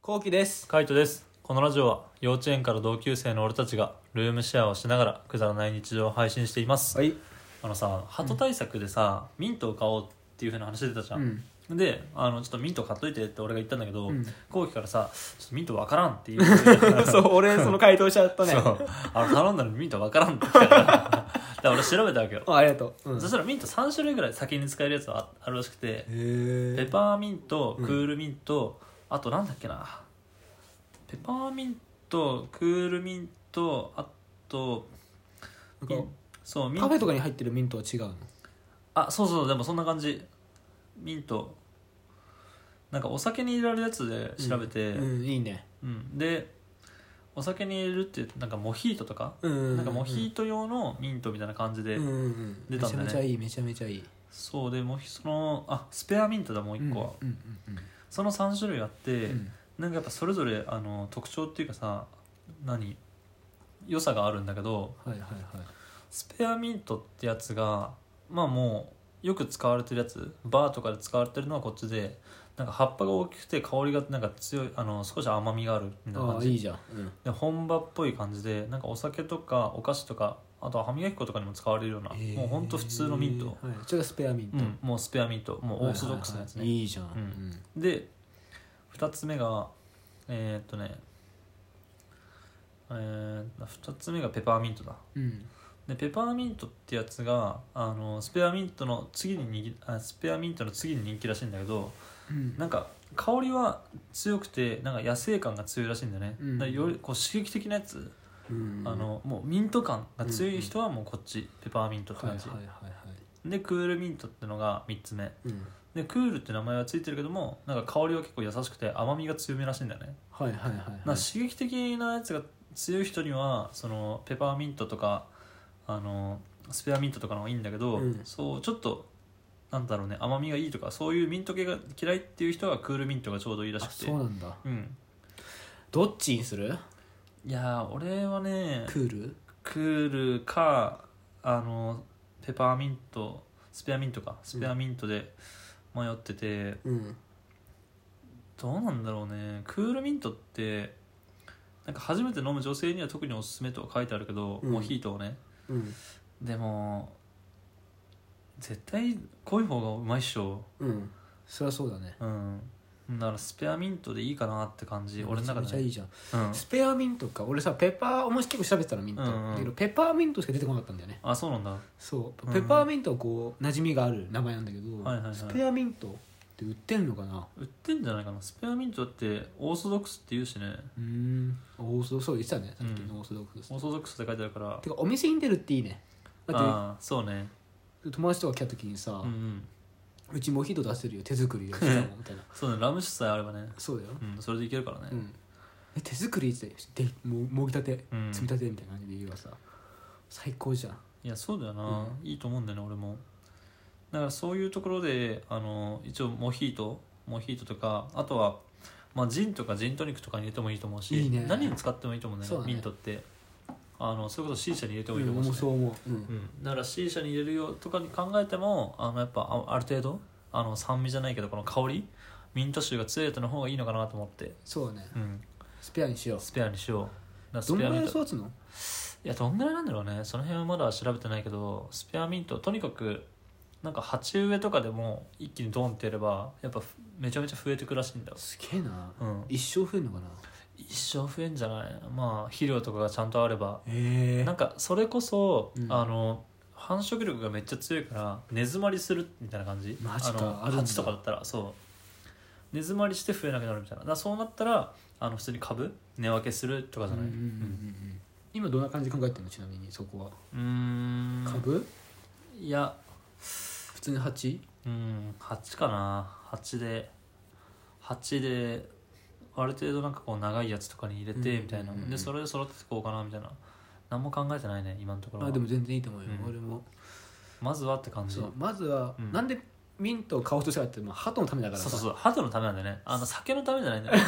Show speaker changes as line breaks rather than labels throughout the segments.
こうきです
カイトですこのラジオは幼稚園から同級生の俺たちがルームシェアをしながらくだらない日常を配信しています、
い
あのさハト対策でさ、ミントを買おうっていうふうな話出てたじゃ、
うんん
であのちょっとミント買っといてって俺が言ったんだけど、
うん
後期からさ「ちょっとミントわからん」って言う から
そう俺その回答しちゃったね
そうあの頼んだのにミントわからんって来たからだから俺調べたわけよ、
あありがとう、うん、
そしたらミント3種類ぐらい先に使えるやつはああるらしくて、ペ
え
パーミント
う
ク
ん
ールミント、あとなんだっけなペパーミントクールミントあと
なんか
ミンそうミン
パフェとかに入ってるミントは違うの
あそうそうでもそんな感じミントなんかお酒に入れられるやつで調べて、うん
うんいいね
でお酒に入れるっていうとなんかモヒートとか、
うん
なんかモヒート用のミントみたいな感じで、
うんうんうん
出たんだね
めちゃめちゃいいめちゃめちゃいい
そうでモヒそのあスペアミントだもう一個は、
うんうん
その3種類あって、
うんうん
なんかやっぱそれぞれあの特徴っていうかさ何良さがあるんだけど
はいはいはい
スペアミントってやつがまあもうよく使われてるやつバーとかで使われてるのはこっちでなんか葉っぱが大きくて香りがなんか強いあの少し甘みがあるみたいな
あ
感
あ
じ
いいじゃんうん
で本場っぽい感じでなんかお酒とかお菓子とかあとは歯磨き粉とかにも使われるような、もうほんと普通のミント、
えーはいちょっとスペアミント
うん、もうスペアミントもうオーソドックスなやつね、
はいはいはいいいじゃん
うんで2つ目がえー、っとねえー、2つ目がペパーミントだ
うんうん
でペパーミントってやつがあのスペアミントの次に人気あスペアミントの次に人気らしいんだけど
うん
なんか香りは強くてなんか野生感が強いらしいんだよね、
うん
だからよりこう刺激的なやつ、
うん
あのもうミント感が強い人はもうこっち、ペパーミントって
はいはい
感じ、
はいはい
でクールミントってのが3つ目
うん
でクールって名前はついてるけどもなんか香りは結構優しくて甘みが強めらしいんだよね、
はいはいはいは
ない刺激的なやつが強い人にはそのペパーミントとかあのスペアミントとかの方がいいんだけど、
うん
そうちょっとなんだろうね甘みがいいとかそういうミント系が嫌いっていう人はクールミントがちょうどいいらし
あ
くて
そうなんだ
うん
どっちにする
いやー俺はね
クール
クールかあのペパーミントスペアミントかスペアミントで迷ってて、
うん
どうなんだろうねクールミントってなんか初めて飲む女性には特におすすめとは書いてあるけど、
うん
モヒートをね
うん
でも絶対濃い方がうまいっしょ
うんそりゃそうだね
うんだからスペアミントでいいかなって感じ俺の中
めちゃめちゃ
で、
い
ね
いじゃん
うん、
スペアミントか俺さペッパーお前結構調べてたのミント、
うんうん
だけどペッパーミントしか出てこなかったんだよね
あそうなんだ
そう
うん
ペッパーミントはこう馴染みがある名前なんだけど、
はいはいはい
スペアミントって売ってんのかな
売ってんじゃないかなスペアミントだってオーソドックスって言うしね
うーんオーソドックスそう言ってたねさっき
うん
のオーソドックス、
オーソドックスって書いてあるから
てかお店に出るっていいねだっ
ああそうね
て友達とか来た時にさ、
う
うん
うん
ちモヒート出せるよ手作りでしたもんみたいな
そうねラム酒さえあればね
そうだよ、
うんそれでいけるからね、
うん、え手作りってでももぎたて
うん
積み立てみたいな感じで言うわさ最高じゃん
いやそうだよな、いいと思うんだよね俺もだからそういうところであの一応モヒートモヒートとかあとは、まあ、ジンとかジントニックとかに入れてもいいと思うし
いいね
何に使ってもいいと思うね
そうだね
ミントってあのそういうこと C 社に入れてもいいと
うん
思う
もう
し、
そう
ね
思う、うん
うん、だから C 社に入れるよとかに考えてもあのやっぱあある程度あの酸味じゃないけどこの香りミント臭が強いやつの方がいいのかなと思って、
そうね
うん、
スペアにしよう
スペアにしようだからス
どん
ペ
ぐ
ア
ら
ミ
い
ン
で
ト
育つの
いやどんぐらいなんだろうねその辺はまだ調べてないけどスペアミントとにかくなんか鉢植えとかでも一気にドンってやればやっぱふめちゃめちゃ増えてくらしいんだよ、
すげえな
うん、
一生増えんのかな
一生増えんじゃないまあ肥料とかがちゃんとあれば
え
なんかそれこそ、
うん
あの繁殖力がめっちゃ強いから根詰まりするみたいな感じ
マジか
あの
あるんだ
鉢とかだったらそう根詰まりして増えなくなるみたいなだからそうなったらあの普通に株根分けするとかじゃない、うん
今どんな感じで考えてるのちなみにそこは
うーん
株
いや
普通に鉢
うん8かな8で8である程度なんかこう長いやつとかに入れて
うん
みたいな、
うんうん
でそれで揃ってこうかなみたいな何も考えてないね今のところは
あでも全然いいと思うよ
うん
俺も
まずはって感じ
そ
そう
うまずは
うん
なんでミントを買おうとしたかってまあ鳩のためだから
そう
さ
そう鳩のためなんだよねあの酒のためじゃない んだよね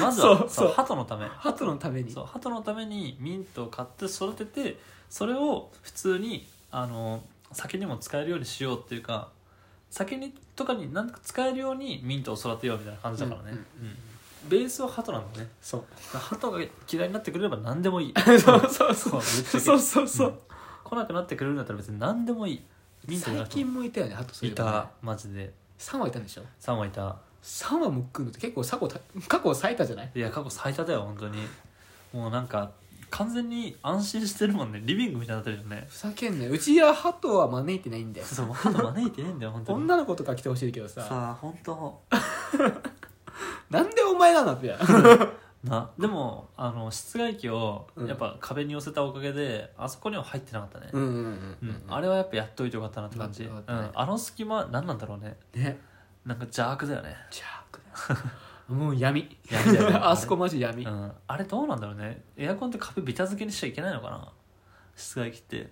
まず
そ
は
うそう
そう鳩のため
鳩のために
そう鳩のためにミントを買って育ててそれを普通にあの酒にも使えるようにしようっていうか酒にとかになんか使えるようにミントを育てようみたいな感じだからね、
うんうんうん
うんベースは鳩なんだね
そう
鳩が嫌いになってくれれば何でもいい
そうそうそう
そうぶっちゃけ
そうそうそ
ん
う
来なくなってくれるんだったら別に何でもいいミントじゃな
最
くても
近もいたよねハトそういえ
い
ばね
たマジで
3羽いたんでしょ
3羽いた
3羽も来るのって結構過去た過去最多じゃない
いや過去最多だよ本当にもうなんか完全に安心してるもんねリビングみたいになってるよね
ふざけんなようちはハトは招いてないんだよ
そうまだ招いてねえんだよ本当に
女の子とか来てほしいけどさ
さあ本当
なんでお前なのって
なでもあの室外機を
うん
やっぱ壁に寄せたおかげで、あそこには入ってなかったね
うんうん
う
うんん
あれはやっぱやっといてよかったなって感じ、
よかっ
う
たよか
ん
っ、た
あの隙間何なんだろうね
れね
なんか邪悪だよね
ジャークだよもう闇
闇だよ ね
あそこマジ闇
うん、あれどうなんだろうねエアコンって壁ビタ付けにしちゃいけないのかな室外機って、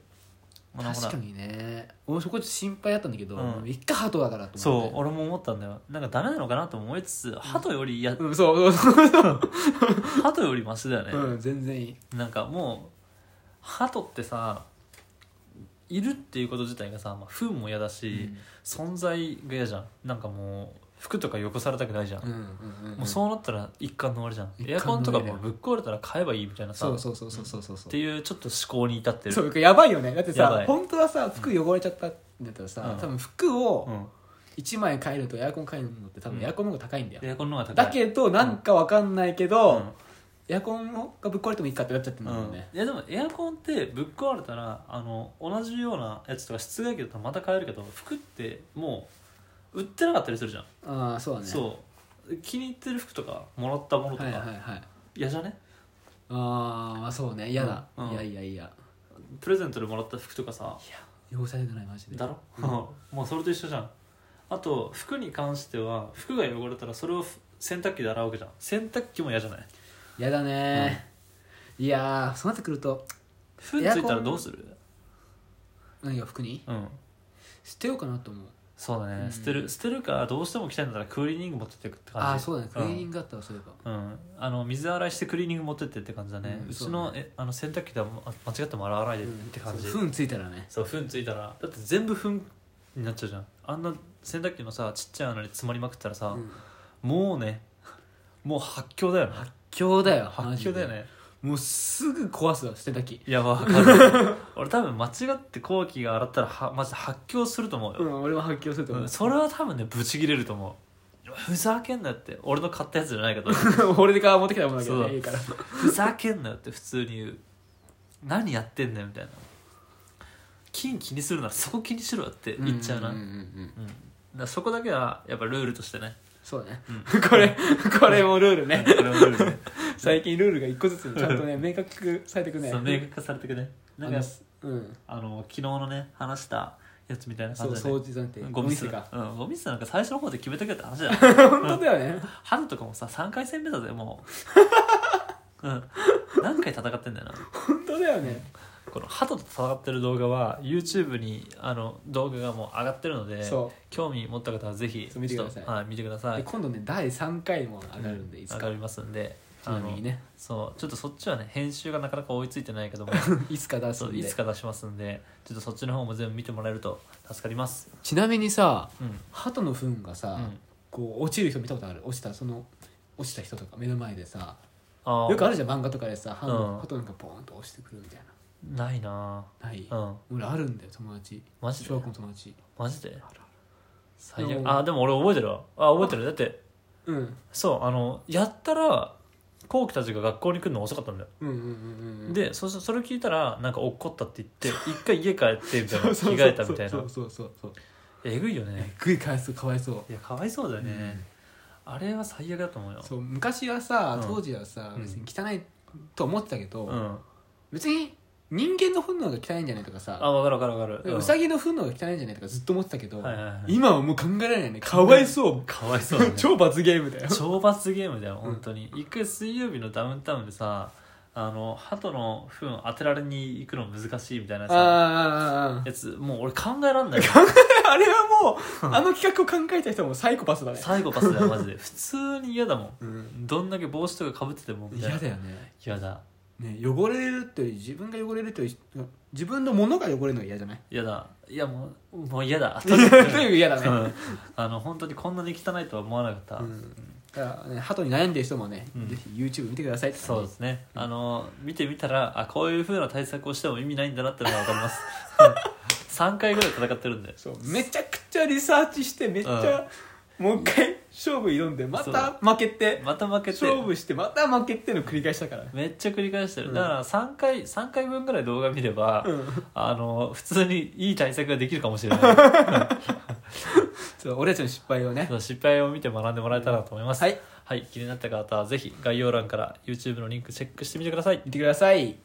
まあ
確か
ほら
にね俺そこちょっと心配だったんだけど
うん
もう一回ハトだからと
そ
思
う
って
俺も思ったんだよなんかダメなのかなとも思いつつ鳩よりいや
うん そうそうそう
鳩よりマシだよね、
うん全然いい
なんかもう鳩ってさいるっていうこと自体がさ、まあ、糞も嫌だし、存在が嫌じゃんなんかもう服とか汚されたくないじゃん、
うんうんうん
もうそうなったら一貫の終わりじゃん、
一貫の
エアコンとか
終
も
わ
う
り
ぶっ壊れたら買えばいいみたいなさ
そうそうそうそうそうそうそう
っていうちょっと思考に至ってる
そうやばいよねだって
や
さ
ばい
本当はさ服汚れちゃったんだったらさ、
うん
多分服を
うん、
1枚買えるとエアコン買えるのって多分
うん
エアコンの方が高いんだよ、
エアコンの方が高い
だけどなんかわかんないけど、
うん
エアコンがぶっ壊れてもいいかってなっちゃってるんだもんね、
いやでもエアコンってぶっ壊れたらあの同じようなやつとか室外機だとまた買えるけど服ってもう売ってなかったりするじゃん、
ああそうだね
そう気に入ってる服とかもらったものとか
はい
嫌、
はいはい
じゃね
あーまあそうね嫌だ、
うんうん
いやいやいや
プレゼントでもらった服とかさ
汚されてないマジで
だろ、 もうそれと一緒じゃんあと服に関しては服が汚れたらそれを洗濯機で洗うわけじゃん洗濯機も嫌じゃない
嫌だね、いやーそうなってくると
糞ついたらどうする
何が服に
うん
捨てようかなと思う
そうだね、
うん
捨てる捨てるかどうしても着たいんだったらクーリーニング持ってってくって感じ
ああそうだねクリー
うん
ニングだったらそういえば
うん、あの水洗いしてクリーニング持ってってって感じだね、
う
うんちのえあの洗濯機ではあ間違っても洗わないでっ
うん
て感じ、
そう糞ついたらね
そう糞ついたらだって全部糞になっちゃうじゃんあんな洗濯機のさちっちゃい穴に詰まりまくったらさ、
うん
もうね もう発狂だよね
強だよ
発狂だよね
もうすぐ壊すわ捨てたき
いやわかる 俺多分間違って後期が洗ったらはマジで発狂すると思うよ、
ん俺も発狂すると
うんそれは多分ねブチ切れると思うふざけんなよって俺の買ったやつじゃないけ ど
俺が持ってきたものだけ
そ
ど
う
ねいいから
ふざけんなよって普通に言う何やってんだよみたいな金気にするならそこ気にしろよって言っちゃうな、うん
んんん
だからそこだけはやっぱルールとしてね、
そうね
うん、
これこれもルールね
これはルールね
最近ルールが一個ずつちゃんとね明確されてく ね
そう明確化されてくねなんか
あのうん
あの昨日のね話したやつみたいな
そう
感じで、
掃
ね
除なんて
ゴ
ゴ
ミ
ミ
捨
捨
て
てか
うん、ゴミ捨てなんか最初の方で決めとけって話だよ
本当だよね
春とかもさ3回戦目だぜも う、うん、何回戦ってんだよな
本当だよね
この鳩と戦ってる動画は YouTube にあの動画がもう上がってるので
そ
興味持った方はぜひ
そう見てください
ちょっとはい、見てくださ
で
い
今度ね第3回も上がるんでいつ
上
か
がりますんで
ちなみにね
あのそうちょっとそっちはね編集がなかなか追いついてない けども
いつか出す
そ
ん
う
で
いつか出しますんでちょっとそっちの方も全部見てもらえると助かります
ちなみにさ
うん、
鳩の糞が
う
さ
ん、
こう落ちる人見たことある落ちたその落ちた人とか目の前でさ
あ
よくあるじゃん漫画とかでさハ
うん
トハトなんかポーンと押してくるみたい
ないな
なない
ぁうん
俺あるんだよ友達
マジで
小学校の友達
マジで
る
最
で
悪
も
あでも俺覚えてるわあ覚えてるだって
うんうん
そうあのやったら後期たちが学校に来るの遅かったんだよ
うんうんうん
でそそれ聞いたらなんか落っこったって言 って一回家帰ってみたいな
そうそうそう
着替えたみたいな
そうそうそうそう
えぐいよ
え
ね
ぐい返すかわいそう
いやかわいそうだよね、あれは最悪だと思うよ
そう昔はさ
うん
当時はさ
うん
別に汚いと思ってたけ
う
ど
ん
別に人間の糞の方が汚いんじゃないとかさ
あ分かる分かる分かる
うさぎの糞の方が汚いんじゃないとかずっと思ってたけど
はいはいはい
今はもう考えられないねかわいそう
かわいそうだ ね
超罰ゲームだよ
懲罰ゲームだよ本当に、一回水曜日のダウンタウンでさあの鳩の糞当てられに行くの難しいみたいなさ
あーあーあー
やつもう俺考えらんないよ
あれはもうあの企画を考えた人もサイコパスだね
最後パスだよマジで普通に嫌だも
うん
んどんだけ帽子とかかぶっててもみたいな
嫌だよね
嫌だ
ね汚れるってより自分が汚れるってより自分のものが汚れるのが嫌じゃ ない
嫌だいやもうもう嫌 だ
とにかく嫌だ
う
ね
んあの本当にこんなに汚いとは思わなかった、
うんだからね鳩に悩んでる人もね、
うん
ぜひ YouTube 見てください
そうですね、あの見てみたらあこういうふうな対策をしても意味ないんだなってのが分かります 3回ぐらい戦ってるんで
そうめちゃくちゃリサーチしてめっちゃ、もう一回勝負挑んでまた負けて
また負けて
勝負してまた負けての繰り返しだからね
めっちゃ繰り返してる、
うん
だから3回三回分ぐらい動画見れば、
うん
あの普通にいい対策ができるかもし れない
そう俺たちの失敗をね
そう失敗を見て学んでもらえたらと思います
はい、
はい、気になった方はぜひ概要欄から YouTube のリンクチェックしてみてください
見てください